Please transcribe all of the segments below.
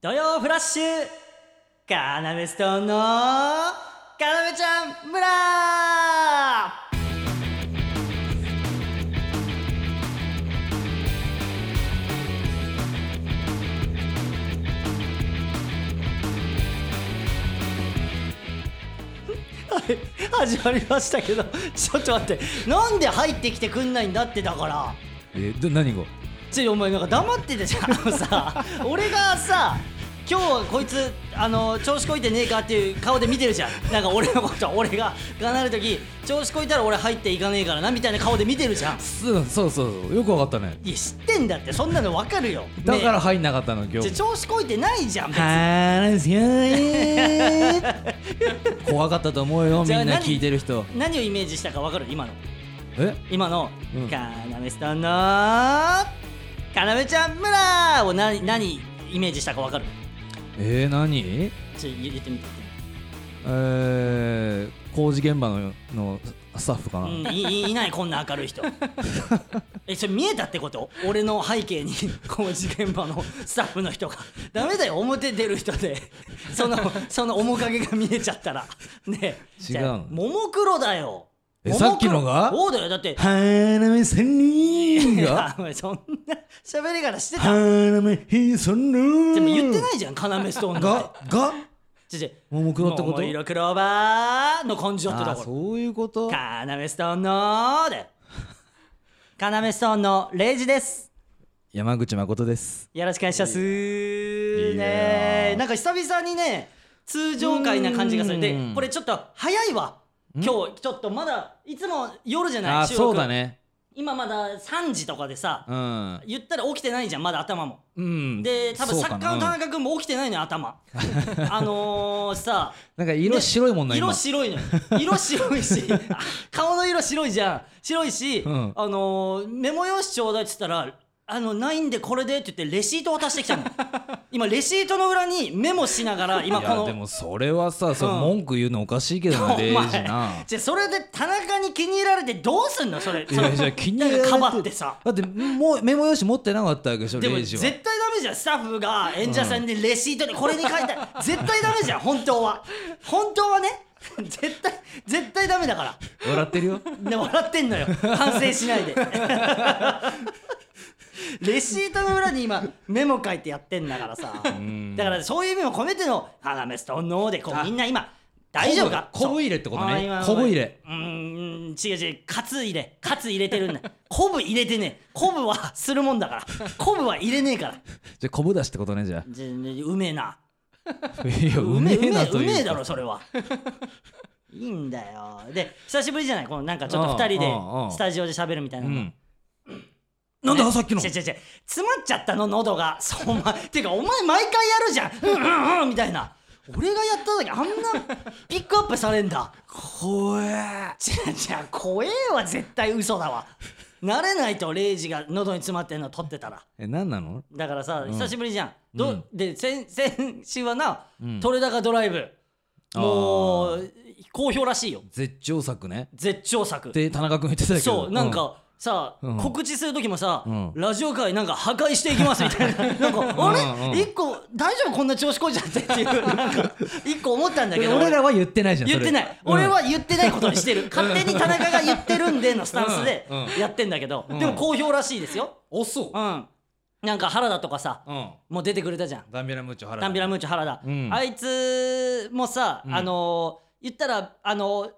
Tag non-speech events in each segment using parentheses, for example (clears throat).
土曜フラッシュカーナベストーンのカーナベちゃん村はい始まりましたけどちょっと待ってなんで入ってきてくんないんだってだからえー、ど何がちょお前なんか黙っててじゃんあのさ俺がさ今日はこいつあの調子こいてねえかっていう顔で見てるじゃんなんか俺のこと俺ががなる時調子こいたら俺入っていかねえからなみたいな顔で見てるじゃんそうそうそうそうよくわかったねいや知ってんだってそんなの分かるよだからね入んなかったの今えじゃ日調子こいてないじゃん別になんですよー怖かったと思うよみじゃあんな何聞いてる人何をイメージしたか分かる今のえ今のうん「かなめスタンのかなめちゃん村」を何何イメージしたか分かるえー、何ちょ言ってみてえー、工事現場ののスタッフかな、うん、い (laughs) いいないこんな明るい (laughs) 人えそれ見えたってこと俺の背景に (laughs) 工事現場のスタッフの人がダメだよ表出る人で (laughs) そのその面影が見えちゃったらねえ違うじのゃあももクロだよえももクロさっきのがそうだよだって花見さんいがやお前そんな喋り方してた花見さんのでも言ってないじゃん要ストーンががちょももクロってこと桃色クローバーの根性ってあとこーろそういうことカナメストーンのーでカナメストーンのレイジです山口誠ですよろしくお願いしますいなねえなんか久々にね通常会な感じがするでうんこれちょっと早いわ今日ちょっとまだいつも夜じゃないあー収そ録うだね今まだ3時とかでさうん言ったら起きてないじゃんまだ頭もうんで多分そう作か家なの田中君も起きてないのよ (laughs) 頭あのーさなんか色白いもんな、色今白いのよ色白い (laughs) しあ顔の色白いじゃん白いし、うんあのーメモ用紙ちょうだいって言ったら「あのないんでこれで」って言ってレシートを渡してき (laughs) たの今レシートの裏にメモしながら今いこやのでもそれはさ、そのうん文句言うのおかしいけど (laughs) な、おデイ前ジな。じゃあそれで田中に気に入られてどうすんのそれいそやれい (laughs) や気に入られなんかかばってさだってもうメモ用紙持ってなかったわけでしょ、でもレイジ絶は。対ダメじゃんスタッフが演者さんにレシートでこれに書いてある絶対ダメじゃん本当は本当はね (laughs) 絶対絶対ダメだから笑って (laughs) るよ。で笑ってんのよ反省しないで (laughs) レシートの裏に今メモ書いてやってんだからさんだからそういう意味も込めての「花メスとノー」でこうみんな今大丈夫かこぶこぶ入れってことねあ今こぶ入れうーん違う違うカツ入れカツ入れてるんだこぶ入れてねえこぶはするもんだからこぶは入れねえからじゃあ、こぶ出しってことね、じゃじゃうめえなあ。 (laughs) いや、うめえうめえうかめえだろそれはいいんだよで久しぶりじゃないこのなんかちょっと2人あであああスタジオで喋るみたいうなのん。なんだ、さっきの違う。違う違う詰まっちゃったの喉がそうお前てかお前毎回やるじゃんうんうんうんみたいな俺がやっただけあんなピックアップされんだ怖え。違う違う怖えわ絶対嘘だわ慣れないとレイジが喉に詰まってんの取ってたらえ、なんなのだからさん久しぶりじゃん、うどんで先先週はな、うんトレダカドライブあーもう好評らしいよ絶頂作ね。絶頂作って田中君言ってたけど。そうなんかさ、うん告知する時もさ、うんラジオ界なんか破壊していきますみたい (laughs) ななんかあうんれ一個大丈夫こんな調子こいちゃってっていうなんか一個思ったんだうん。けでど俺らは言ってないじゃん。言ってないそれ俺。は言ってないことにしてる (laughs) 勝手に田中が言ってるんでのスタンスでうんうんやってんだけどうんでも好評らしいですよおそうう。んなんか原田とかさうん。もう出てくれたじゃんダンビラムーチョ原田。ダンビラムーチョ原田、うんあいつもさ、うんあのー言ったらあのー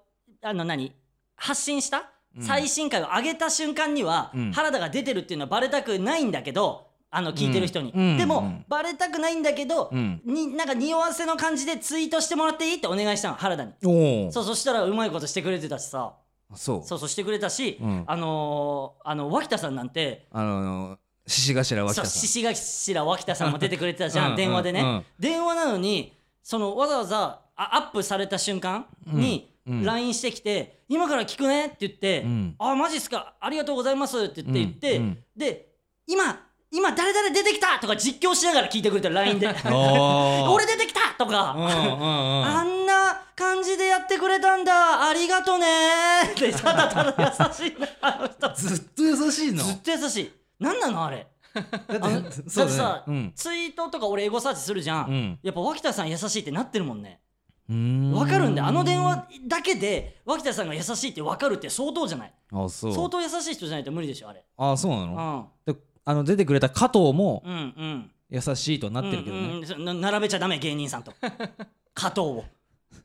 あの何発信した、うん最新回を上げた瞬間には、うん原田が出てるっていうのはバレたくないんだけどあの聞いてる人に、うんでも、うんバレたくないんだけど、うんになんか匂わせの感じでツイートしてもらっていいってお願いしたの原田に、おお。そうそしたらうまいことしてくれてたしさそう。そうそうしてくれたし、うんあのーあの脇田さんなんてあの獅子頭脇そ田うさ獅ん。子頭脇田さんも出てくれてたじゃうんん電話でね、うんうん電話なのにそのわざわざあアップされた瞬間にうんうん LINE してきて「今から聞くね」って言って「うんあマジっすかありがとうございます」って言って言って、うんうんで「今今誰々出てきた!」とか実況しながら聞いてくれた LINE (laughs) で「 (laughs) 俺俺出てきた!」とか。うんうんうんあんな感じでやってくれたんだありがとねー (laughs) ってただただ優しいなあの人ずっと優しいのずっと優しい。なんなのあれ。だあのっ、だっててそうださね。うん。ツイートとか俺エゴサーチするじゃん、うんやっぱ脇田さん優しいってなってるもんねうーんわかるんであの電話だけで脇田さんが優しいってわかるって相当じゃないあそう相当優しい人じゃないと無理でしょあれあそうなうのんであの出てくれた加藤もうんうん優しいとはなってるけどうんねうんうんな並べちゃダメ芸人さんと (laughs) 加藤を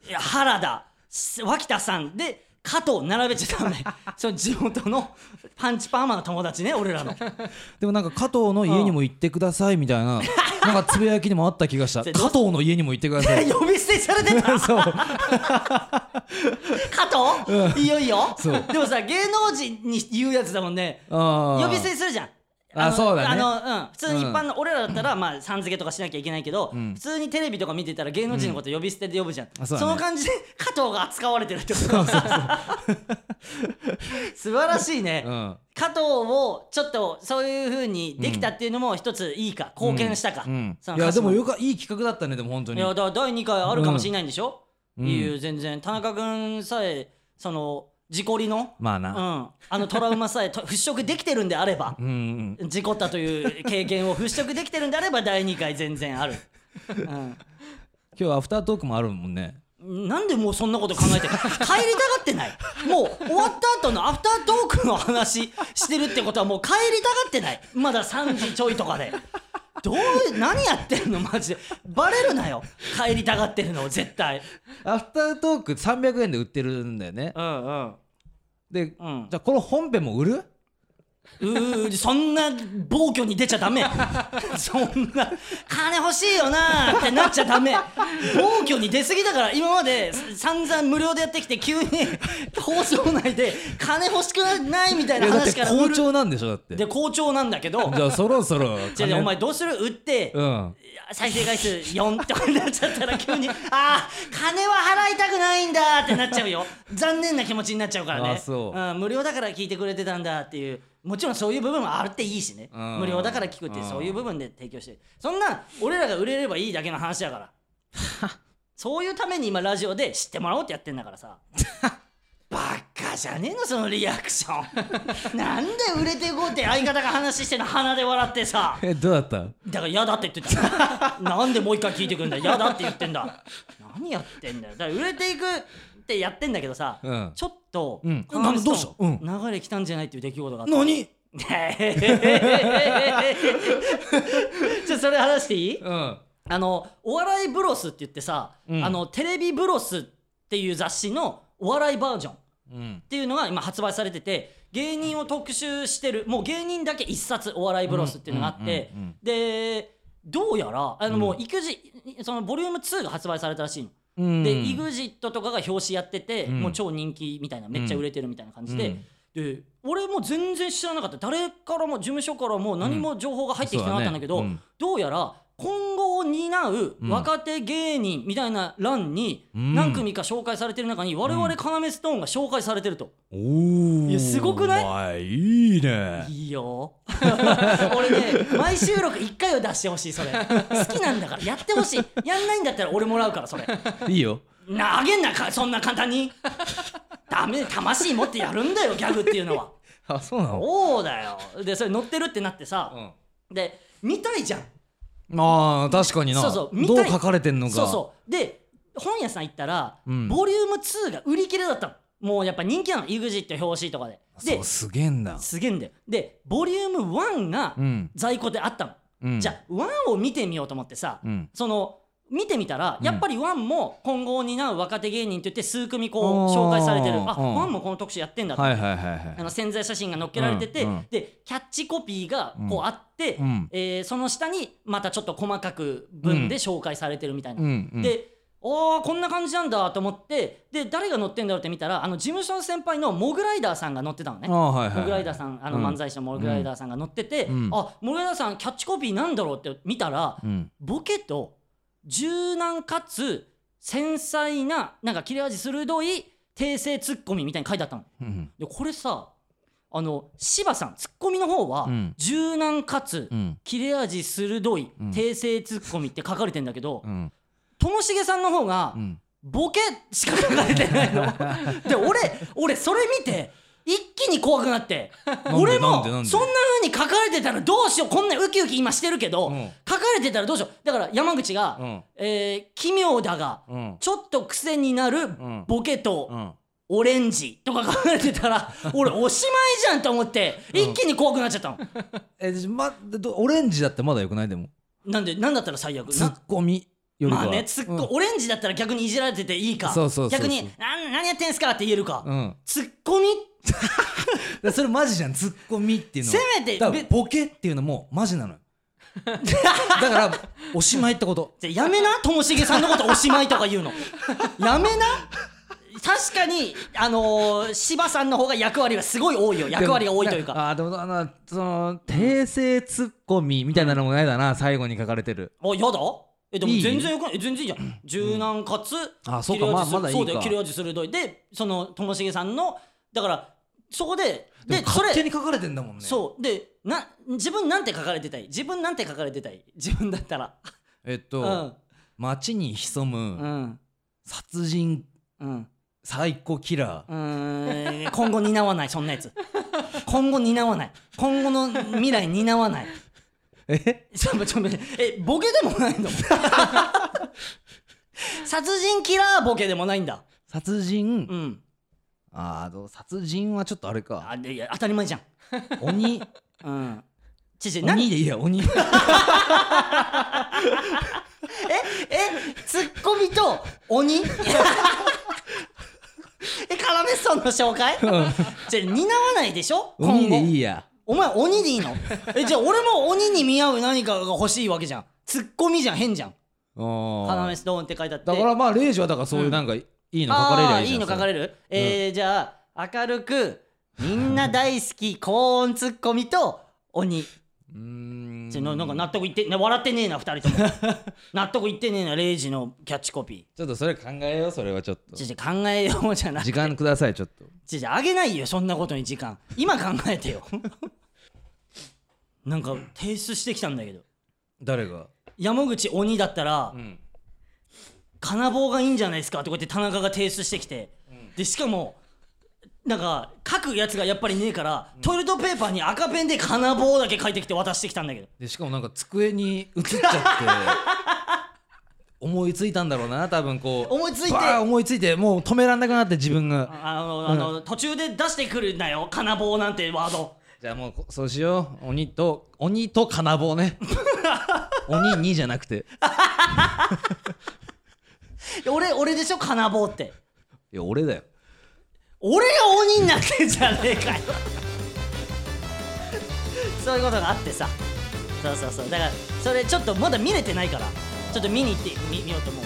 いや原田す脇田さんで加藤並べちゃダ (laughs) メその地元のパンチパーマの友達ね俺らのでもなんか加藤の家にも行ってくださいみたいななんかつぶやきにもあった (laughs) 気がしたそれど加藤の家にも行ってください (laughs) 呼び捨てされてた (laughs) (laughs) そう加藤いよいよそうでもさ芸能人に言うやつだもんね呼呼び捨てにするじゃんあのそうだねあの、うん、普通に一般の、俺らだったらまあさん付けとかしなきゃいけないけど、ん普通にテレビとか見てたら芸能人のこと呼び捨てで呼ぶじゃん、あそそうだねの感じで加藤が扱われてるって (laughs) こと (laughs) 素晴らしいね、うん加藤をちょっとそういうふうにできたっていうのも一ついいか貢献したか、うんそのいやでも歌詞よかいい企画だったねでも本当いにやだから第2回あるかもしれないんでしょ、うんいう全然田中君さえその事故りの、まあうん、なあのトラウマさえと払拭できてるんであればうんうん事故ったという経験を払拭できてるんであれば第2回全然ある、今日アフタートークもあるもんねうん、なんでもうそんなこと考えてる帰りたがってないもう終わった後のアフタートークの話してるってことはもう帰りたがってないまだ3時ちょいとかでどういう何やってんのマジでバレるなよ帰りたがってるの絶対アフタートーク300円で売ってるんだよねうんうんでじうんゃあこの本編も売るうーそんな暴挙に出ちゃダメ (laughs) そんな金欲しいよなってなっちゃダメ暴挙に出すぎだから今まで散々無料でやってきて急に放送内で金欲しくないみたいいなやだって話から好調なんでしょだってで好調なんだけどじゃあそろそろ (laughs) じゃあお前どうする売って、うん再生回数4とかになっちゃったら急に「ああ金は払いたくないんだ」ってなっちゃうよ残念な気持ちになっちゃうからねあそううん、無料だから聞いてくれてたんだっていうもちろんそういう部分はあるっていいしねうん無料だから聞くってうんそういう部分で提供してそんな俺らが売れればいいだけの話だから (laughs) そういうために今ラジオで知ってもらおうってやってんだから (laughs) さバカじゃねえのそのリアクションなんで売れていこうって相方が話してんの鼻で笑ってさえどうだっただから嫌だって言ってた (laughs) なんでもう一回聞いてくんだ嫌だって言ってんだ何やってんだよだから売れていくってやってんだけどさ、うんちょっと、うんカールストーンなんどうした流れ来たんじゃないっていう出来事があった (laughs) 何ちょっとそれ話していいうんあのお笑いブロスって言ってさ、うんあのテレビブロスっていう雑誌のお笑いバージョンうんっていうのが今発売されてて芸人を特集してるもう芸人だけ一冊お笑いブロスっていうのがあって、うんうんうんうんでどうやらあのもうう EXIT そのボリューム2が発売されたらしいの。うんで EXIT とかが表紙やってて、んもう超人気みたいなめっちゃ売れてるみたいな感じで、で俺も全然知らなかった誰からも事務所からも何も情報が入ってきてなかったんだけど、うんそうだねうんどうやら今後を担う若手芸人みたいな欄にうん何組か紹介されてる中に我々要ストーンが紹介されてると。おおいやすごくないい (laughs) いねいいよ俺ね毎収録1回を出してほしいそ (laughs) れ好きなんだからやってほしいやんないんだったら俺もらうからそれいいよなあげんなかそんな簡単に (laughs) ダメ魂持ってやるんだよギャグっていうのはあそうなのそうだよでそれ乗ってるってなってさ、で見たいじゃんまあ確かになそうそう見たいどう書かれてんのかそうそうで本屋さん行ったら、うんボリューム2が売り切れだったのもうやっぱ人気なの EXIT 表紙とかでそでうすげえんだすげえんだよでボリューム1がうん在庫であったの、うんじゃあ1を見てみようと思ってさ、うんその見てみたらうんやっぱり1も今後を担う若手芸人といって数組こおうー紹介されてるうんあ1もこの特集やってんだと、はいはいはいあはの潜在写真が載っけられてて、うんうんでキャッチコピーがこうあって、いうんえーその下にまたちょっと細かく文で紹介されてるみたいな。うんうんでおーこんな感じなんだと思ってで誰が乗ってんだろうって見たらあの事務所の先輩のモグライダーさんが乗ってたのねあ。あはいはいモグライダーさんあのうん漫才師のモグライダーさんが乗ってて、うんあモグライダーさんキャッチコピーなんだろうって見たら、うんボケと柔軟かつ繊細ななんか切れ味鋭い訂正ツッコミみたいに書いてあったの。うんでこれさあの柴さんツッコミの方は、うん柔軟かつ、うん切れ味鋭いうん訂正ツッコミって書かれてんだけどうんともしげさんの方がうんボケしか書かれてないので俺俺それ見て一気に怖くなってで俺なもんでそんなんな風でに書かれてたらどうしようこんなウキウキ今してるけど、うん書かれてたらどうしようだから山口が、うんえー奇妙だが、うんちょっと癖になるんボケと、うんオレンジとか書かれてた (laughs) ら俺おしまいじゃんと思って一気に怖くなっちゃったの、えじゃまどオレンジだってまだよくないでもなんでなんだったら最悪ツなッコミよりかまはあねツッコ、うんオレンジだったら逆にいじられてていいかそうそうそうそ逆うになん何やってんすかって言えるか、うんツッコミだからそれマジじゃんツッコミっていうのはせめてだかべらボケっていうのもマジなのよ (laughs) だからおしまいってことじゃあやめ (laughs) なともしげさんのことおしまいとか言うのやめな確かにあのー、柴さんの方が役割がすごい多いよ役割が多いというかあーでもあのその訂正ツッコミみたいなのもないだな、最後に書かれてるあやだえでもいい全然よくないえ全然いいじゃん柔軟かつ、あそう切かれまあ味するまだいいかそうだよ切れ味鋭いでそのともしげさんのだからそこでででもそれ勝手に書かれてんだもんねそうでな自分なんて書かれてたい自分なんて書かれてたい自分だったらえっうと、ん街に潜うむん殺人うんサイコキラーうーん今後担わないそんなやつ今後担わない今後の未来担わないえちょちょえボケでもないの殺人キラーボケでもないんだ殺人、うんあーどう殺人はちょっとあれかあでいや当たり前じゃん鬼うんちち (laughs) 何鬼でいいや鬼えツッコミと鬼えカラメッソンの紹介じゃ担わないでしょ今後鬼でいいやお前鬼でいいの (laughs) えじゃあ俺も鬼に見合う何かが欲しいわけじゃんツッコミじゃん変じゃんあーカラメッソンって書いてあってだからまあレイジはだからそういうなんかいいの書かれりゃあいいじゃんーいいの書かれるえーじゃあ明るくみんな大好き高音ツッコミと鬼うーんちょななんか納得いってね笑ってねえな二人 (laughs) とも納得いってねえなレイジのキャッチコピちょっとそれ考えようそれはちょっーとちょちょ考えようじゃない時間くださいちょっとじゃああげないよそんなことに時間今考え (laughs) てよなんか提出してきたんだけど誰が山口鬼だったら、ん金棒がいいんじゃないですかってこうやって田中が提出してきて、でしかもなんか書くやつがやっぱりねえから、トイレットペーパーに赤ペンで金棒だけ書いてきて渡してきたんだけどでしかもなんか机に映っち (laughs) ゃって思いついたんだろうな多分こう思いついてバー思いついてもう止めらんなくなって自分があのあの、途中で出してくるなよ金棒なんてワードじゃあもうこそうしよう鬼と鬼と金棒 (laughs) ね鬼にじゃなくて (laughs) いや俺俺でしょ金棒っていや俺だよ俺が鬼になってんじゃねえかよ (laughs) そういうことがあってさそうそうそうだからそれちょっとまだ見れてないからちょっと見に行ってみ見ようと思う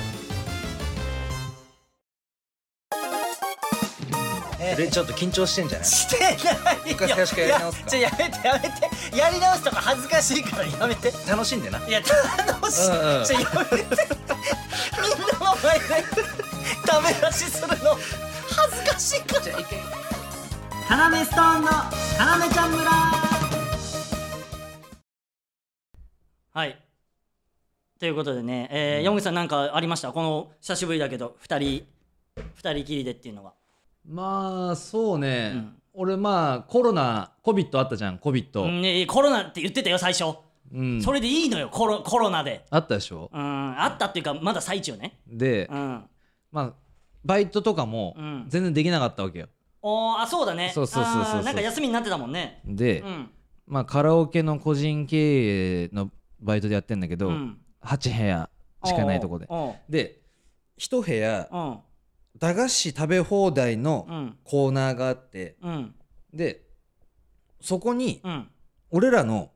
でちょっと緊張してんじゃないしてないよ回最初からやり直すいやかちょやめてやめてやり直すとか恥ずかしいからやめて楽しんでないや楽しい、うんうんちょやめてみんなの前でダメ出しするの恥ずかしいからカナメストーンのカナメちゃん村はいということでね、えー、山口さんなんかありましたこの久しぶりだけど二人二人きりでっていうのはまあそうね、うん俺まあコロナ COVID あったじゃん COVID、うんねコロナって言ってたよ最初うんそれでいいのよコロコロナであったでしょうんあったっていうかまだ最中ねで、うんまあバイトとかもうん全然できなかったわけよ、おーあそうだねそうそうそうそうそうあーなんか休みになってたもんねで、うんまあカラオケの個人経営のバイトでやってんだけど、うん8部屋しかないとこでおうで1部屋おう駄菓子食べ放題のうんコーナーがあってうんでそこにうん俺らの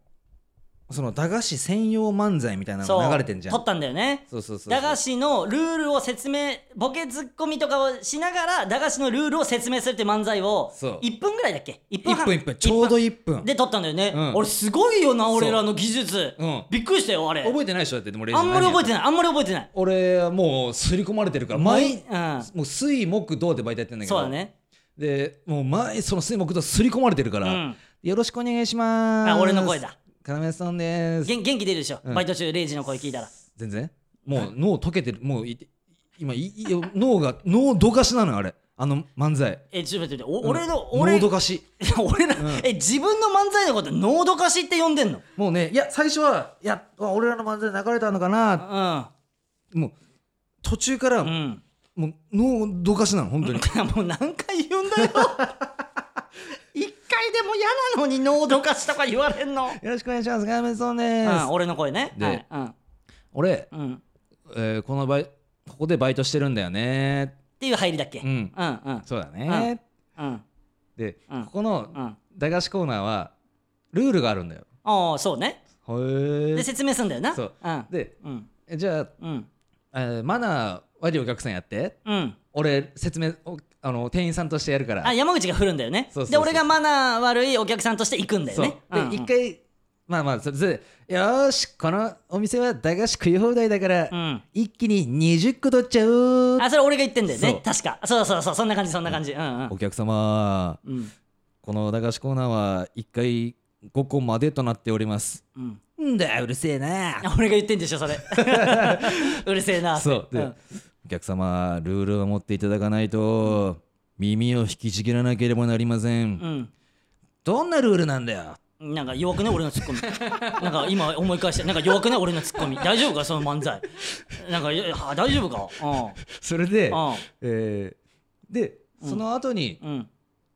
その駄菓子専用漫才みたいなのそうが流れてんじゃん撮ったんだよねそうそうそうそう駄菓子のルールを説明ボケツッコミとかをしながら駄菓子のルールを説明するって漫才をそう1分ぐらいだっけ1分1半分1分ちょうどいい1分で撮ったんだよね、うん俺すごいよなう俺らの技術、うんびっくりしたよあれ覚えてないでしょだってでもレイジあんまり覚えててないあんまり覚えてない俺はもう刷り込まれてるから毎うんもう水木土でバイトやってんだけどそうだねでもう前その水木と刷り込まれてるから、うんよろしくお願いしますあ俺の声だ要さんです元元気出るでしょ、うんバイト中0時の声聞いたら全然もう脳溶けてるもうい今いいいや脳が脳どかしなのよあれあの漫才えちょっと待ってお俺の、うん俺のどかしいや (laughs) 俺ら、んえ自分の漫才のことノードかしって呼んでんのもうねいや最初はいや俺らの漫才流れたのかなうもう途中からんうん (laughs) もう脳どかしなの本当にもう何回言うんだよ (laughs) 一回でも嫌なのにノードかしとか言われんの、 (laughs) よろしくお願いしますガーメンソンでうん、俺の声ねではいうん俺、うん、っえーこのバイここでバイトしてるんだよねていう入りだっけ、うんうんうんそうだね、うんで、うんここのうん駄菓子コーナーはルールがあるんだよああそうねへでえ説明すんだよなそううんでうんえじゃあ、うんえーマナー悪いお客さんやってうん俺説明おあの店員さんとしてやるからあ山口が振るんだよねそうそうそうで俺がマナー悪いお客さんとして行くんだよそうねうんうんで一、回まあまあそれでよーしこのお店は駄菓子食い放題だから、うん一気に20個取っちゃうあそれ俺が言ってんだよそねう確かそうそうそうそんな感じそんな感じうんうんお客様うんこの駄菓子コーナーは一回5個までとなっておりますうんんだうるせえな俺が言ってんでしょそ (laughs) れうるせえなそうで、うんお客様ルールを持っていただかないと耳を引きちぎらなければなりません、うんどんなルールなんだよなんか弱くね俺のツッコミなんか今思い返してなんか弱くね俺のツッコミ大丈夫かその漫才なんかいやは大丈夫かそれで、うえーでその後に、んうんうん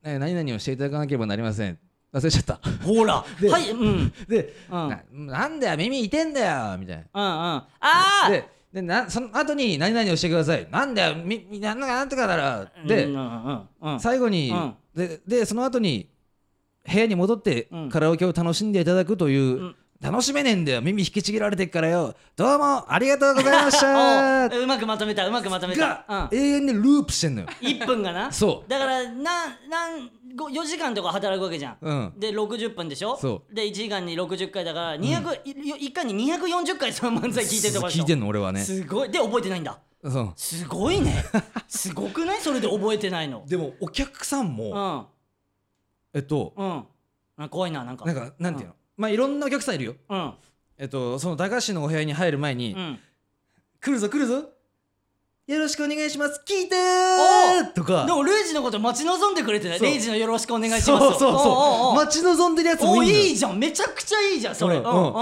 えー何々をしていただかなければなりません忘れちゃったほらではいうんうんで、うんななんだよ耳痛いんだよみたいうなんああででなその後に何々をしてくださいなんだよみみなんとかなんとかだろで、うんうんうんうん最後に、うんででその後に部屋に戻ってうんカラオケを楽しんでいただくという、ん楽しめねえんだよ耳引きちぎられてっからよどうもありがとうございまし (laughs) おたううまくまとめたうまくまとめたが、う永遠にループしてんのよん、1分がなそうだからなんなんご4時間とか働くわけじゃん、うんで60分でしょそうで1時間に60回だから200、1回に240回その漫才聞いてるとかでし聞ょいてんの俺はねすごいで覚えてないんだそうすごいねすごくないそれで覚えてないのでもお客さんうもんえっとうんあ怖いななんかなんかなんていうのまあいろんなお客さんいるようんえっとその駄菓子のお部屋に入る前にうん「来るぞ来るぞよろしくお願いします聞いておー!」とかでもレイジのこと待ち望んでくれてないそうレイジのよろしくお願いしますそうそうおそうおうおう待ち望んでるやつおもいいのよいいじゃんめちゃくちゃいいじゃんそれうんうんううんん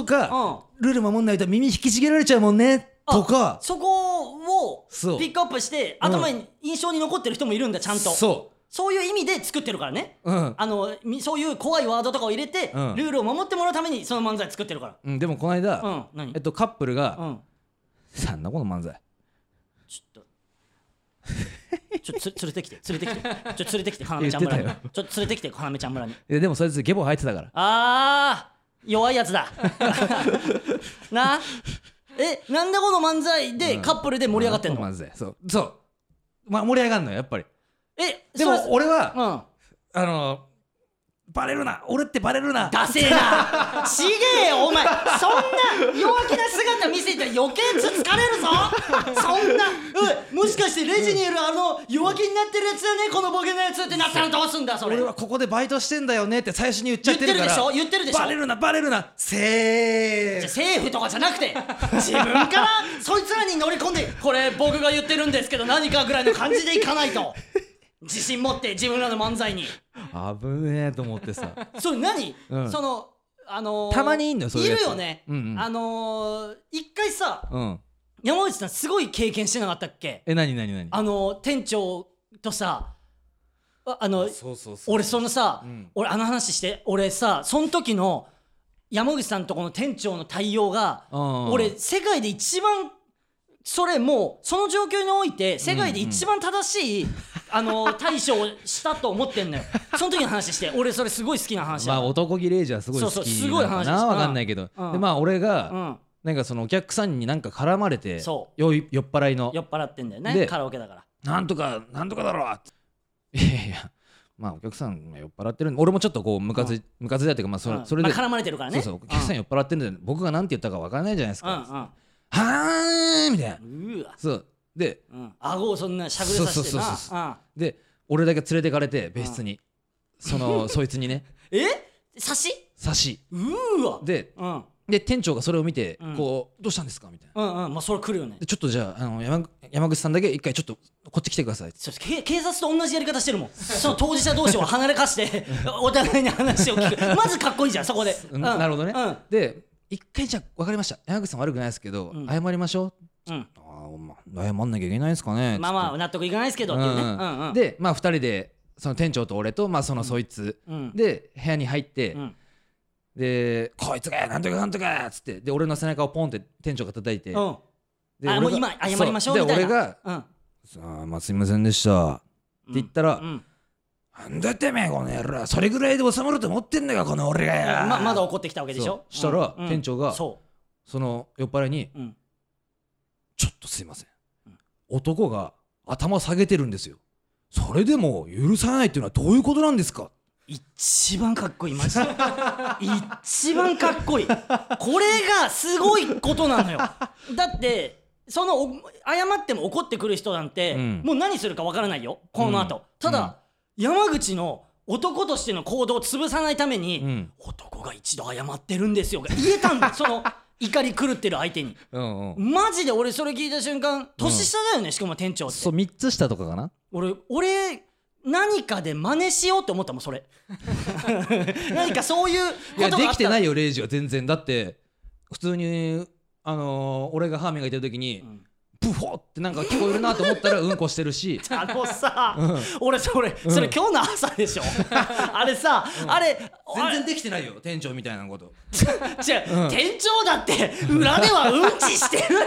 うんかルール守んないと耳引きちぎられちゃうもんねあとかそこをそうピックアップしてうん頭に印象に残ってる人もいるんだちゃんとそそういう意味で作ってるからねう、うんあのみそういう怖いワードとかを入れて、うんルールを守ってもらうためにその漫才作ってるかうん、でもこのらう間、ん何えっと、カップルうがん「なんだこの漫才ちょっとちょ (laughs) っとつ連れてきて連れてきてちょっと連れてきて花芽ちゃん村に言ってちょっと連れてきて花芽ちゃん村に」えでもそいつゲボ入ってたからあー弱いやつだ (laughs) なえなんだこの漫才でカップルで盛り上がってんの、なんだこ漫才そうそうまあ盛り上がんのよやっぱりえでそもれ俺は、うんあのバレるな俺ってバレるなダセえなちげえよお前そんな弱気な姿見せて余計つつかれるぞそんなうもしかしてレジにいるあの弱気になってるやつだねこのボケのやつってなったらどうすんだそれ俺はここでバイトしてんだよねって最初に言っちゃってる言ってるからでしょ言ってるでしょバレるなバレるなせじゃあー政府とかじゃなくて自分からそいつらに乗り込んでこれ僕が言ってるんですけど何かぐらいの感じでいかないと自信持って自分らの漫才に危ねえと思ってさそれ何、うんそのあのーたまにいんのよそういういやつるよね、うんうんあのー一回さうん山内さんすごい経験してなかったっけえ何何何あの店長とさああのそうそうそう俺そのさ、うん俺あの話して俺さその時の山口さんとこの店長の対応が、うん俺世界で一番それもうその状況において世界で一番正しい、あ (laughs) の対処をしたと思ってんのよその時の話して俺それすごい好きな話まだあ男気レイジャーすごい好きそうそうすごい話なのかなわかんないけど、うんでまあ俺うがん、なんかそのお客さんになんか絡まれてそ酔い酔っ払いの酔っ払ってんだよねでカラオケだから「なんとかなんとかだろ!」っていやいやまあお客さん酔っ払ってるんで俺もちょっとこうムカつい、ムカついたっていうかまあそれ,、うんそれで、まあ絡まれてるからねそうそうお客さん酔っ払ってるんで僕がなんて言ったかわかんないじゃないですうんか「はーん!」みたいなうんうんうわそうでうん顎をそんなしゃぐれさせてそうそうそうそうなで俺だけ連れてかれて別室に、そのそいつにねうんえ差し差しうーわでうん「で店長がそれを見て、うんこう「どうしたんですか?」みたいなうんうんまあそれ来るよねで「ちょっとじゃああの山山口さんだけ一回ちょっとこっち来てください」そうけ警察と同じやり方してるもんその当事者同士を離れかして (laughs) お互いに話を聞くまずかっこいいじゃんそこで、うんなるほどね、うんで一回じゃあ分かりました山口さん悪くないですけど、うん謝りましょううんあー、まあ、謝んなきゃいけないんですかねまあまあ納得いかないですけどっていうねうんうん、あでまあ2人でその店長と俺とまあそのそいつ、うんで部屋に入って、うんで「こいつがなんとかなんとか」っつってで俺の背中をポンって店長が叩いて、うんであ俺がもう今謝りましょうそみたいなで俺がうんっ「さあまあすいませんでした」って言ったらうんうん「なんだってめえこの野郎それぐらいで収まると思ってんのかこの俺がよ」ままだ怒ってきたわけでしょそうしたらうん店長うんがそその酔っ払いにう、うん、 「ちょっとすいません男が頭下げてるんですよそれでも許さないっていうのはどういうことなんですか?」一番かっこいいマジで一番かっこいいこれがすごいことなのよだってそのお謝っても怒ってくる人なんて、うんもう何するかわからないよこの後、うんただ、山口の男としての行動を潰さないために、うん男が一度謝ってるんですよが言えたん (laughs) だその怒り狂ってる相手にうんうんマジで俺それ聞いた瞬間年下だよね、しかも店長ってそう3つ下とかかな俺俺何かで真似しようって思ったもん (laughs) それ何かそういういこやとがであっきたてらないよレイジは全然だって普通にあのー俺が歯磨いてる時に、んブフォってなんか聞こえるなと思ったらうんこしてるしあのさ、俺それそれ今日の朝で (laughs) しょあれさ、あれ全然できてないよ店長みたいなこと (laughs) 違う、店長だって裏ではうんちしてる (laughs) よ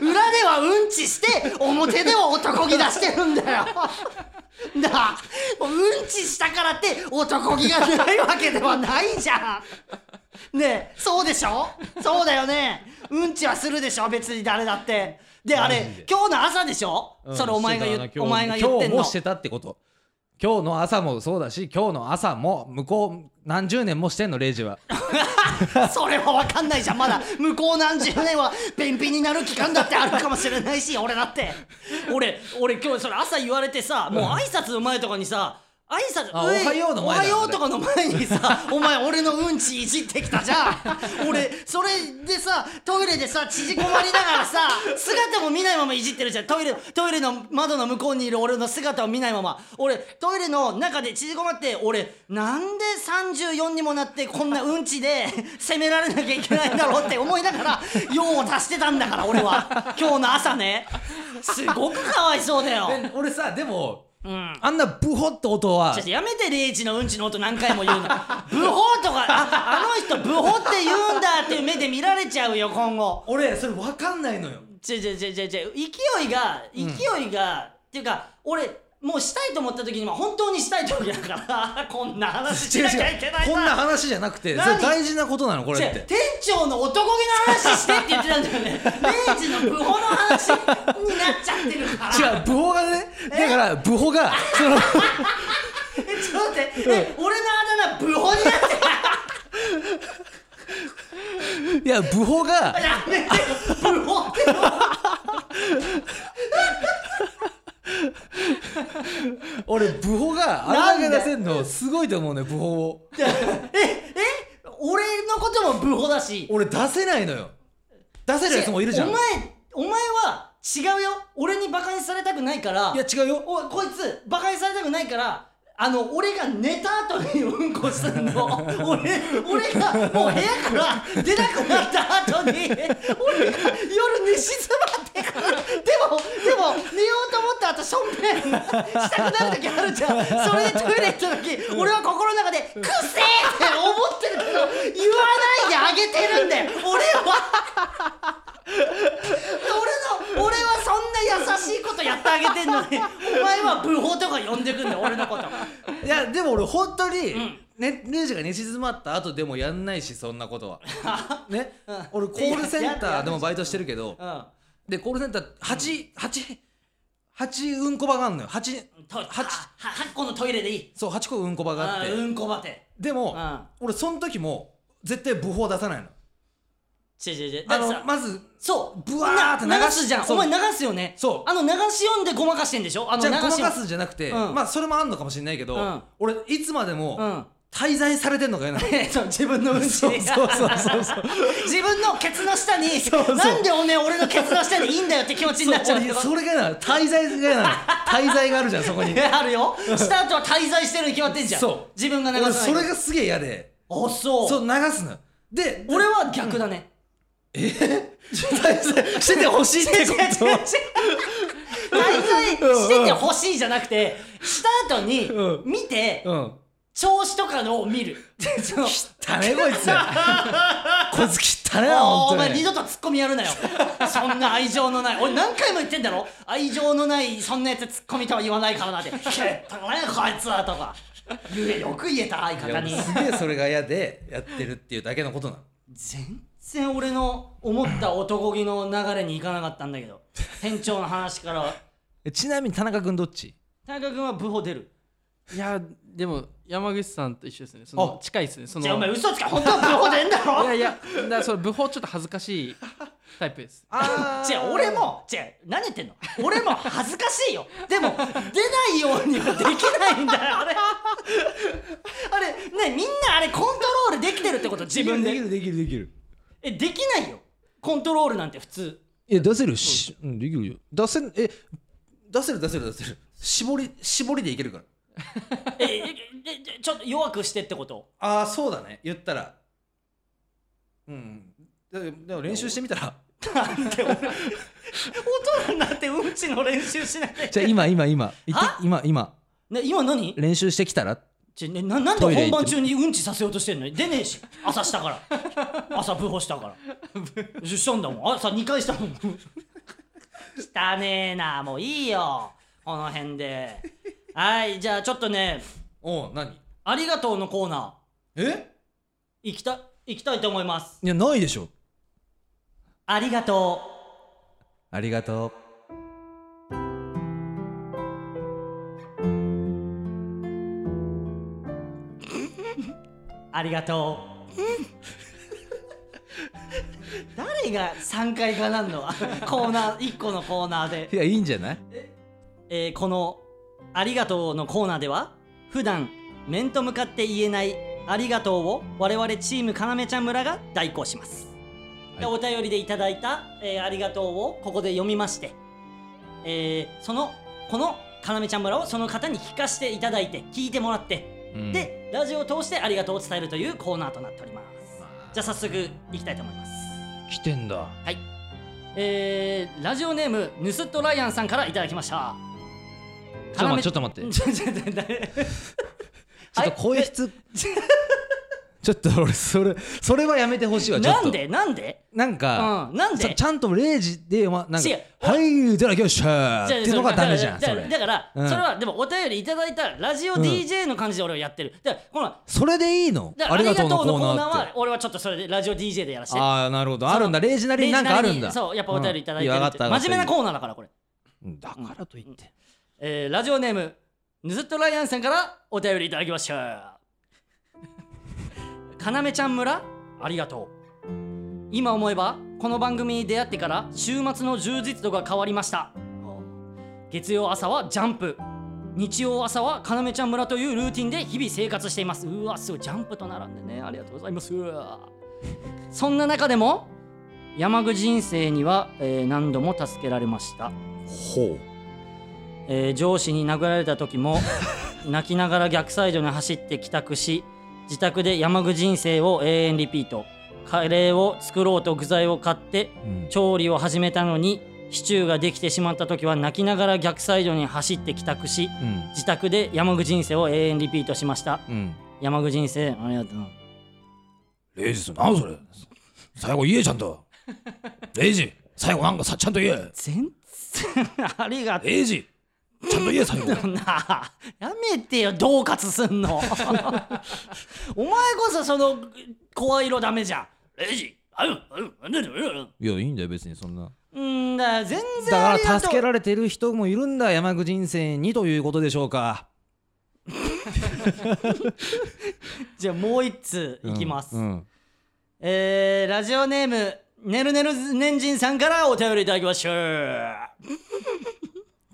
裏ではうんちして表では男気出してるんだよ (laughs) なあうんちしたからって男気がないわけではないじゃんねえそうでしょそうだよねうんちはするでしょ別に誰だってであマジでれ今日の朝でしょ、それお前が言っお前が言ってん今日ものしてたってこと今日の朝もそうだし今日の朝も向こう何十年もしてんのレイジは (laughs) それは分かんないじゃんまだ向こう何十年は便秘になる期間だってあるかもしれないし俺だって俺俺今日それ朝言われてさもう挨拶の前とかにさ挨拶あういおはようの前だおはようとかの前にさお前俺のうんちいじってきたじゃん俺それでさトイレでさ縮こまりながらさ姿も見ないままいじってるじゃんトイレトイレの窓の向こうにいる俺の姿を見ないまま俺トイレの中で縮こまって俺なんで34にもなってこんなうんちで (laughs) 責められなきゃいけないんだろうって思いながら用を足してたんだから俺は今日の朝ねすごくかわいそうだよで俺さでもうんあんなブホって音はちょっとやめてレイジのうんちの音何回も言う (laughs) のブホとかああの人ブホって言うんだっていう目で見られちゃうよ今後俺それ分かんないのよちょちょちょちょちょ勢いが勢いが、っていうか俺もうしたいと思った時には本当にしたい時だから (laughs) こんな話しなきゃいけないこんな話じゃなくてそ何れ大事なことなのこれ違っうて店長の男気の話してって言ってたんだよねレイジのブホの話になっちゃってるから違う、部法がね、だから、部法が、その、えちょっと待って、え俺のあだ名ブホにな (laughs) ってるいや、部法が、やめてブホって言うの俺、部法が、あれだけ出せんの、すごいと思うね、部法を。ええ俺のこともブホだし俺、出せないのよ。出せるやつもいるじゃん。おい前お前は違うよ俺にバカにされたくないからや、違うよ。おいこいつバカにされたくないからあの俺が寝た後にうんこすんの俺俺がもう部屋から出なくなった後に俺が夜寝静まってからでもでも寝ようと思った後ションペンしたくなる時あるじゃんそれでトイレ行った時俺は心の中で「くっせえ!」って思ってるけど言わないであげてるんだよ俺は俺の俺はそんな優しいことやってあげてんのにお前はブホとか呼んでくんだよ俺のこといや、でも俺、本当にん、ね、レイジが寝静まった後でもやんないし、そんなこと (laughs) は。ね、俺、コールセンターでもバイトしてるけど、うで、コールセンター、8、8、8うんこ場があんのよ。8、んとは八8個のトイレでいいそう、8個うんこ場があっあてー。うんこばてでも、俺、その時も、絶対部法出さないの。違う違う違うだあってさの、まず、そうブワーって流すなすじゃんそおう前流すよねそうあの流し読んでごまかしてんでしょあのじ流ゃあごましか読んすじゃなくて、うんまあそれもあんのかもしれないけど、うん俺いつまでも、うん滞在されてんのが嫌 (laughs) なのそう (laughs) 自分のうんちそうにそうそうそうそう (laughs) 自分のケツの下にそうそうなんでおね俺のケツの下でいいんだよって気持ちになっちゃう (laughs) 俺それが嫌なの滞在が嫌なの滞在があるじゃんそこにあるよスタートは滞在してるに決まってんじゃんそう自分が流さな俺いとそれがすげえ嫌であそうそう流すので俺は逆だね、滞在しててほしいってこ違う違う (laughs) と違う滞在しててほしいじゃなくてした後にうん見て、うん調子とかのを見るその汚ねこいつ (laughs) こいつ汚ねなお本お当前二に度とツッコミやる (laughs) なよそんな愛情のない俺何回も言ってんだろ愛情のないそんなやつツッコミとは言わない (laughs) からなって「けったくねこいつは」とか言えよく言えた相い方やにすげえそれが嫌でやってるっていうだけのことなの全然俺の思った男気の流れにいかなかったんだけ (laughs) ど店長の話からはえちなみに田中君どっち田中君はブホ出るいやでも山口さんと一緒ですねそのあ近いですねそのじゃあお前嘘つけ本当はブホ出んだいやろいやだからそれ部法ちょっと恥ずかしいタイプですあ違う俺も違う何言ってんの俺も恥ずかしいよでも出ないようにはできないんだよあれあれねみんなあれコントロールできてるってこと自分できでるできるできるえできないよコントロールなんて普通いや出せるし、うん、できるよ出せんえ出せる出せる出せる絞り絞りでいけるからええええちょっと弱くしてってことああそうだね言ったらうんだでも練習してみたらなんで俺大人になってうんちの練習しなきゃいけじゃあ今今 (laughs) 今言って今今ないね今何練習してきたらちょねななんでトイレ行っ本て番中にうんちさせようとしてんの出ねえし朝したから朝ブホした (laughs) からしたんだもん朝2回したもん汚ねえなもういいよこの辺ではいじゃあちょっとねおう何ありがとうのコーナえー行きた行きたいと思いますいやないでしょありがとありがとううありがとう誰が3回かなんの (laughs) コーナー1個のコーナーでいやいいんじゃないえーこの「ありがとう」のコーナーでは普段面と向かって言えない「ありがとう」を我々チームかなめちゃん村が代行します、ではお便りでいただいた「えーありがとう」をここで読みまして、えーそのこのかなめちゃん村をその方に聞かせていただいて聞いてもらって、うんでラジオを通して「ありがとう」を伝えるというコーナーとなっておりますじゃあ早速いきたいと思います来てんだえーラジオネームヌスットライアンさんからいただきましたちょっと (laughs) 待ってちょっと待ってちょちょちょちょちょっと声 (laughs) 質ちょっと俺それそれはやめてほしいわちょっとなんでなんでなんか、うんなんでちゃちゃんと0時で、ま、なんか違う「はい出なきゃっしゃー」っていうのがダメじゃんだそからだれから、うんそれはでもお便りいただいたラジオ DJ の感じで俺はやってる、だからほらそれでいいのだからあありりががととううののココーーナナーーっては俺はちょっとそれでラジオ DJ でやらせてああなるほどあるんだ0時なりになんかあるんだそうやっぱお便りいただいてうるんやっわかて、ったわかった真面目なコーナーだからこれ、うんだからといって、えーラジオネームヌズットライアンさんからお便りいただきました (laughs) かなめちゃん村ありがとう今思えばこの番組に出会ってから週末の充実度が変わりました月曜朝はジャンプ日曜朝はかなめちゃん村というルーティンで日々生活していますうわすごいジャンプと並んでねありがとうございますうわそんな中でも山口人生には、えー何度も助けられましたほうえー上司に殴られた時も泣きながら逆サイドに走って帰宅し自宅で山口人生を永遠リピートカレーを作ろうと具材を買ってうん調理を始めたのにシチューができてしまった時は泣きながら逆サイドに走って帰宅しうん自宅で山口人生を永遠リピートしましたうん山口人生ありがとう0時なんそれ最後言えちゃ (laughs) んと0時最後なんかさちゃんと言え全然 (laughs) ありがとう0時ちゃんと言え最後なあやめてよ恫喝す (laughs) んのお前こそその声色ダメじゃんレジあうあうあうあいやいいんだよ別にそんなうんだよ全だ然ありからが助けとうられてる人もいるんだ山口人生にということでしょうかじゃあもう一通いきます、うんうんえーラジオネームねるねるねんじんさんからお便りいただきましょう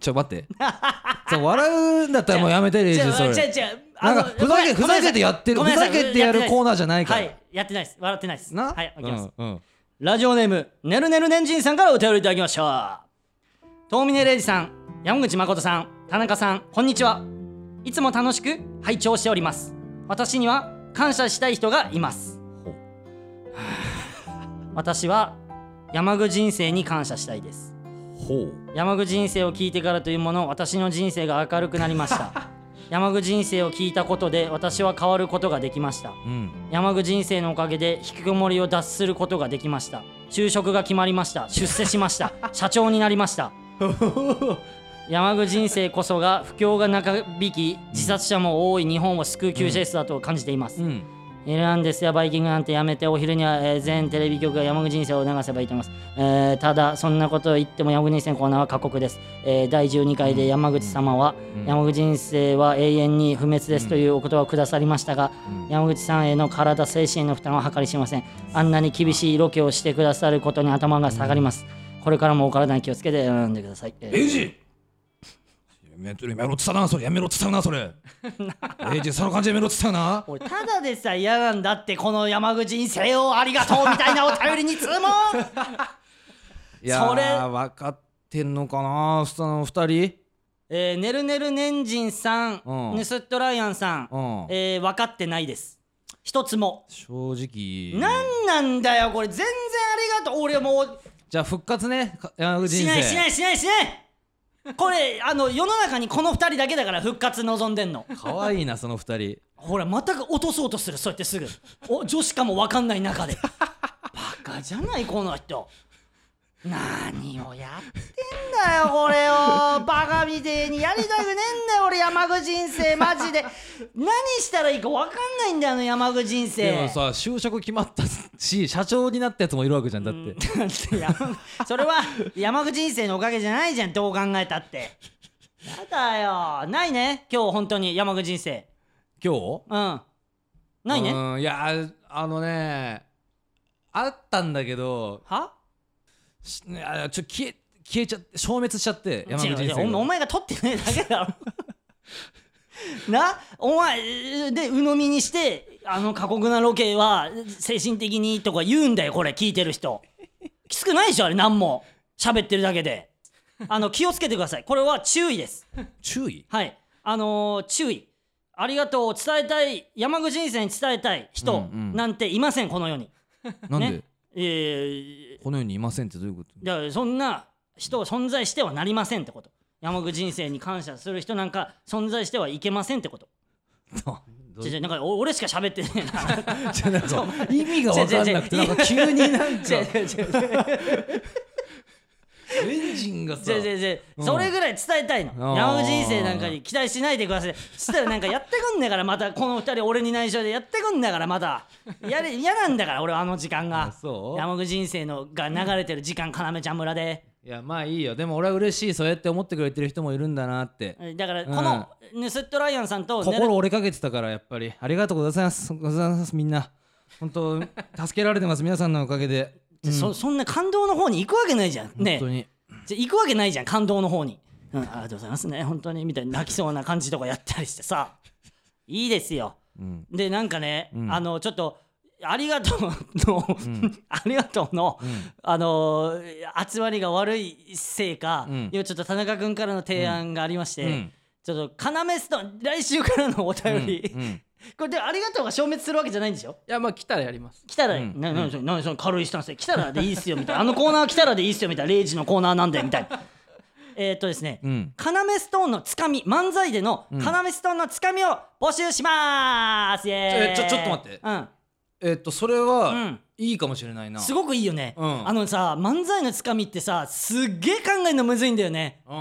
ちょ待ってそう笑うんだったらもうやめてレイじジゃあ (laughs) そじゃれあじゃああなんのかふざけごふめんざけてやってるごふめんなさざいけてやるコーナーじゃないかはらいやってないです笑ってないですなはい開うきます、んうんラジオネームねるねるねんじんさんからお便りいただきました遠峰礼二さん山口誠さん田中さんこんにちはいつも楽しく拝聴しております私には感謝したい人がいますほうはあ私は山口人生に感謝したいですほう山口人生を聞いてからというもの私の人生が明るくなりました山口人生を聞いたことで私は変わることができましたうん山口人生のおかげで引きこもりを脱することができました就職が決まりました出世しました社長になりました山口人生こそが不況が長引き自殺者も多い日本を救う救世主だと感じています、うんエルアンデスやバイキングなんてやめてお昼には、えー全テレビ局が山口人生を流せばいいと思います、えーただそんなことを言っても山口人生のコーナーは過酷です、えー第12回で山口様は、うん山口人生は永遠に不滅ですというお言葉をくださりましたが、うん山口さんへの体精神への負担は計り知れませんあんなに厳しいロケをしてくださることに頭が下がります、これからもお体に気をつけて選んでください、えーエイジやめろやめろって言ったなそれやめろって言ったなそれ (laughs) エイジその感じやめろって言ったな俺ただでさえ嫌なんだってこの山口人生をありがとうみたいなお便りに注文いやーそれ分かってんのかなその二人 (laughs) えー、ねるねるねんじんさん、うんヌスットライアンさん、うんえー、分かってないです一つも正直なんなんだよこれ全然ありがとう俺もうじゃあ復活ねか山口人生しないしないしないしないこれあの世の中にこの二人だけだから復活望んでんの可愛いなその二人ほらまた落とそうとするそうやってすぐお女子かも分かんない中でバカじゃないこの人何をやってんだよこれをバカみてえにやりたくねえんだよ俺山口人生マジで何したらいいか分かんないんだよあの山口人生でもさ就職決まったし社長になったやつもいるわけじゃんだってだって山それは山口人生のおかげじゃないじゃんどう考えたってやだよないね今日本当に山口人生今日うんないねうんいやーあのねあったんだけどはしいやちょ消え消えちゃって消滅しちゃって山口違う違人う生お前お前が取ってないだけだろ (laughs) なお前で鵜呑みにしてあの過酷なロケは精神的にとか言うんだよこれ聞いてる人きつくないでしょあれ何も喋ってるだけであの気をつけてくださいこれは注意です注意はいあのー注意ありがとうを伝えたい山口人生に伝えたい人うんうんなんていませんこの世になんで、ねえーこの世にいませんってどういうことだからそんな人は存在してはなりませんってこと山口人生に感謝する人なんか存在してはいけませんってこと違う違うなんかお俺しか喋ってねえ (laughs) なじゃあなんか意味が分かんなくてなんか急になんか違う違う違うエンジンがさ違う違う違ううんそれぐらい伝えたいのあー山口人生なんかに期待しないでくださいそしたらなんかやってくんだからまたこの二人俺に内緒でやってくんだからまたやれ嫌なんだから俺はあの時間あがそう山口人生のが流れてる時間要ちゃん村でいやまあいいよでも俺は嬉しいそうやって思ってくれてる人もいるんだなってだからこのヌスットライアンさんとねる心折れかけてたからやっぱりありがとうございますございますみんな本当助けられてます皆さんのおかげでそそんな感動の方に行くわけないじゃんね本当に、じゃ行くわけないじゃん感動の方に、うん、ありがとうございますね本当にみたいな泣きそうな感じとかやったりしてさいいですようんでなんかね、うんあのちょっとありがとうの、ん (laughs) ありがとうの、うんあのー集まりが悪いせいか、うん今ちょっと田中君からの提案がありまして、うんちょっと要ストーン来週からのお便り、うんうんこれでありがとうが消滅するわけじゃないんでしょいやまあ来たらやります来たら、うんななそれなその軽いスタンスで来たらでいいっすよみたいなあのコーナー来たらでいいっすよみたいな0時のコーナーなんでみたいな (laughs) えーっとですね、うん要ストーンのつかみ漫才での要ストーンのつかみを募集しまーすイエーイえちょちょっと待ってうんえっとそれうはんいいかもしれないなすごくいいよね、うんあのさ漫才のつかみってさすっげえ考えるのむずいんだよねう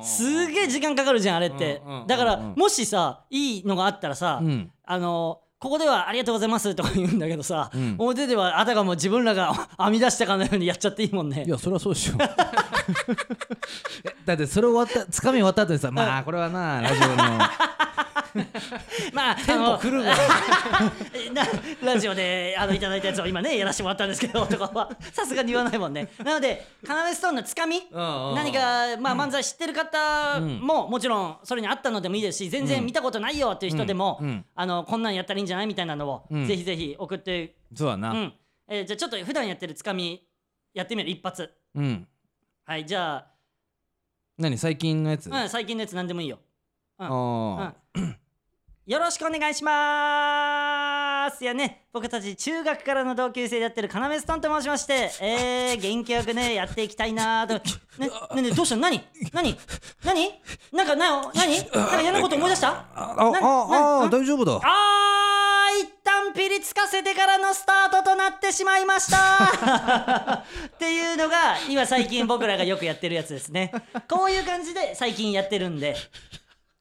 んすげえ時間かかるじゃんあれってうんうんうんだからうんもしさいいのがあったらさ、うんあのここでは「ありがとうございます」とか言うんだけどさ、うん表ではあたかも自分らが (laughs) 編み出したかのようにやっちゃっていいもんねいやそれはそうで (laughs) しょえだってそれ終わったつかみ終わった後にさまあこれはなラジオのまあテンポあの狂 (laughs) うわなラジオであのいただいたやつを今ねやらせてもらったんですけどとかは (laughs) さすがに言わないもんねなので要ストーンのつかみ (laughs) 何か、まあ、漫才知ってる方も、もちろんそれにあったのでもいいですし全然見たことないよっていう人でも、うんうんあのこんなんやったらいいんじゃないみたいなのを、うんぜひぜひ送って、そうだうな。んえーじゃあちょっと普段やってるつかみやってみる一発うん。はいじゃあ、何最近のやつうん、最近のやつ何でもいいよ、あうーん、よろしくお願いしますやね僕たち中学からの同級生でやってる要ストンと申しましてえー、元気よくねやっていきたいなーとねねねどうしたの何何何なんかなお何なんか嫌なこと思い出したなああなあ大丈夫だあー一旦ピリつかせてからのスタートとなってしまいました (laughs) っていうのが今最近僕らがよくやってるやつですねこういう感じで最近やってるんで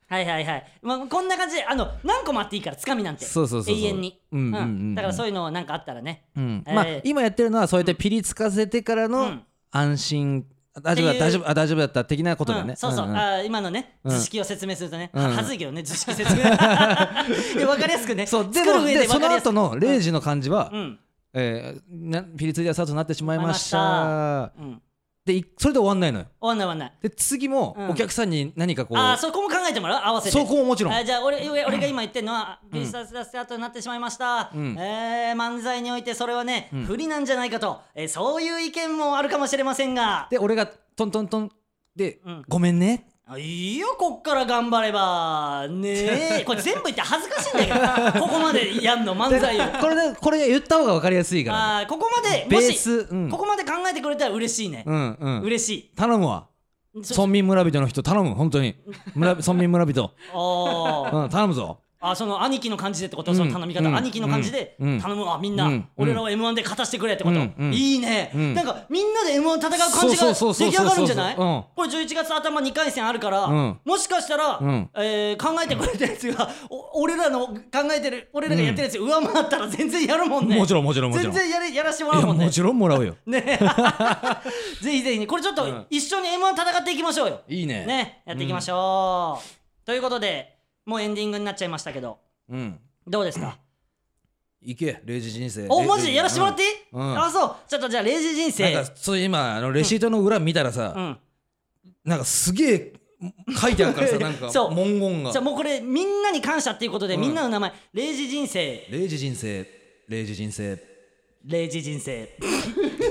はいはいはい、まあ、こんな感じであの何個もあっていいからつかみなんてそうそうそうそう永遠に、うんうんうんうんだからそういうのなんかあったらねうんえーまあ今やってるのはそうやってピリつかせてからうのん安心あ大丈夫ってだいう大丈夫あ大丈夫だった的なことだうねん、そうそう、んんあー今のねうん図式を説明するとね、うんはずいけどね図式説 (laughs) 明いや分かりやすくねそうで作もる上で分でそかのりやすく後の0時の感じはうんえーなピリついたスタートになってしまいまししたうんでいそれで終わんないのよ終わんない終わんないで次もうんお客さんに何かこあーうそこも考えてもらう合わせてそこももちろんあじゃあ俺俺俺が今言ってるのは「ビースターズ・スタート」になってしまいました、うんえー漫才においてそれはね、ん不利なんじゃないかと、えーそういう意見もあるかもしれませんがで俺がトントントンでうんごめんねあいいよこっから頑張ればねえこれ全部言って恥ずかしいんだけどここまでやんの漫で才をこれでこれ言った方が分かりやすいからあねーここまでベもーし、スうんここまで考えてくれたら嬉しいね、うんうん嬉しい頼むわそ村民村人の人頼む本当に (laughs) 村村民村人あーうん頼むぞあその兄貴の感じでってこと、その頼み方、うん兄貴の感じで、うん頼むわみんな、うん俺らを m 1で勝たせてくれってこと、うんうんいいね、うんなんかみんなで m 1戦う感じがそうそうそうそうそうそう出来上がるんじゃないうんこれ11月頭2回戦あるから、うんもしかしたら、うんえー考えてくれたやつが、お俺らの考えてる俺らがやってるやつ上回ったら全然やるもんねもちろんろんもちろんもちろ全ん然やれやらしてもらいうやもんねもちろんもらうよ (laughs) ねぜひぜひねこれちょっうんと一緒に m 1戦っていきましょうよいいねねやっていきましょう、ということでもうエンディングになっちゃいましたけどうんどうですかいけ0時人生おレマジでやらせてもらっていい、うんうんあそうちょっとじゃあ0時人な生んかそう今あのレシートの裏見たらさ、うんなんかすげえ書いてあるからさなん (laughs) かそう文言がじゃあもうこれみんなに感謝っていうことで、うんみんなの名前「0時人生0時人生0時人生0時人生」 (laughs)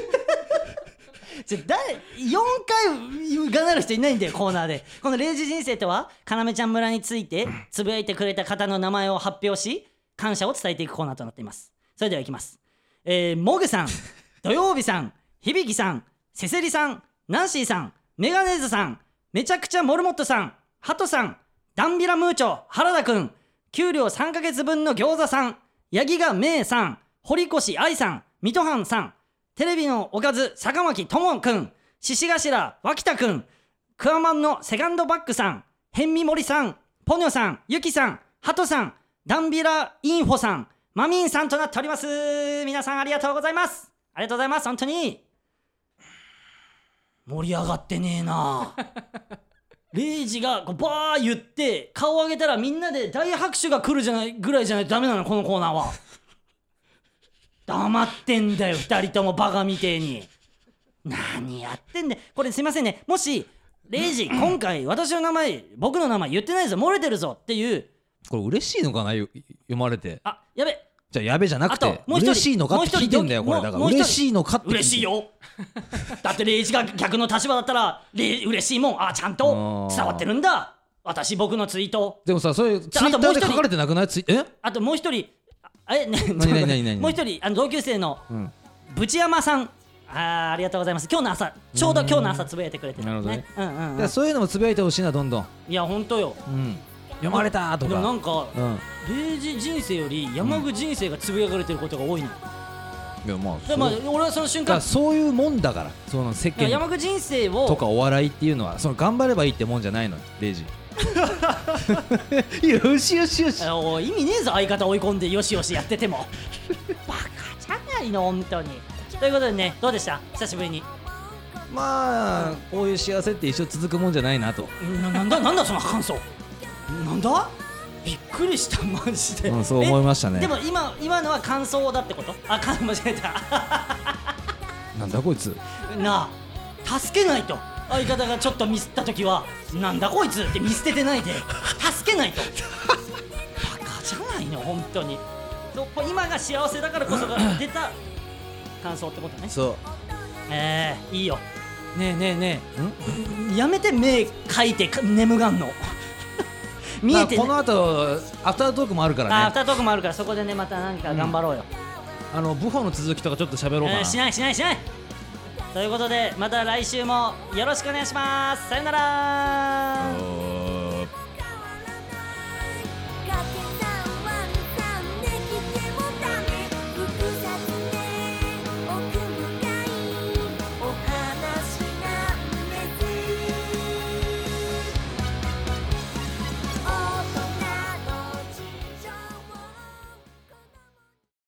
じゃあ誰4回がなる人いないんだよコーナーでこの「0時人生」とは要ちゃん村についてつぶやいてくれた方の名前を発表し感謝を伝えていくコーナーとなっていますそれではいきますえー、モグさん、土曜日さん、響さん、せせりさん、ナンシーさん、メガネーズさん、めちゃくちゃモルモットさん、ハトさん、ダンビラムーチョ、原田くん、給料3ヶ月分の餃子さん、八木がめいさん、堀越愛さん、水戸藩さん、テレビのおかず、坂巻智くん、獅子頭、脇田くん、クワマンのセカンドバックさん、ヘンミモリさん、ポニョさん、ユキさん、ハトさん、ダンビラインフォさん、マミンさんとなっております。皆さんありがとうございます。ありがとうございます、本当に。盛り上がってねえなレイジがこうバー言って顔上げたらみんなで大拍手が来るじゃないぐらいじゃないとダメなのこのコーナーは黙ってんだよ2人ともバカみてえに何やってんだよこれすいませんねもしレイジ今回私の名前僕の名前言ってないぞ漏れてるぞっていうこれ嬉しいのかなよ読まれてあやべじゃあやべじゃなくあてともう一人嬉しいのかって聞いてんだよもこうれ一人だもからうもう一人嬉しいのかって聞いて嬉しい (laughs) よだってレイジが逆の立場だったらレイ嬉しいもんあちゃんと伝わってるんだ私僕のツイートでもさそれツイゃああッとタもう一ー人で書かれてなくないツイえあともう一人あえ、ね、何何何何もう一人あの同級生のうんぶち山さんあーありがとうございます今日の朝ちょうど今日の朝つぶやいてくれてたのなるねうんうんうだかんらそういうのもつぶやいてほしいなどんどんいや本当ようん読まれたでともなかんかうんレイジ人生より山口人生がつぶやかれてることが多いの、いやまあでまあ俺はその瞬だから間そういうもんだからその世間山口人生をとかお笑いっていうのはその頑張ればいいってもんじゃないのレ (laughs) イジよしよしよしあの意味ねえぞ相方追い込んでよしよしやってても (laughs) バカじゃないの本当にということでねどうでした久しぶりにまあこういう幸せって一生続くもんじゃないなとななんだなんだその感想なんだびっくりしたマジで、うんそう思いましたえねでも今今のは感想だってことあかん間違えたなんだこいつなあ助けないと相方がちょっとミスった時はなんだこいつって見捨ててないで助けないとバカじゃないの本当にそうこれ今が幸せだからこそ (clears throat) が出た感想ってことねそええいいよねえねえねえやめて目かいてか眠がんのう見えて、ねまあこの後アフタートークもあるかあアらフねタートークもあるからそこでねまたなんか頑張ろうよ、あのブフォの続きとかちょっと喋ろうかえなーしないしないしないということでまた来週もよろしくお願いしますさよならおー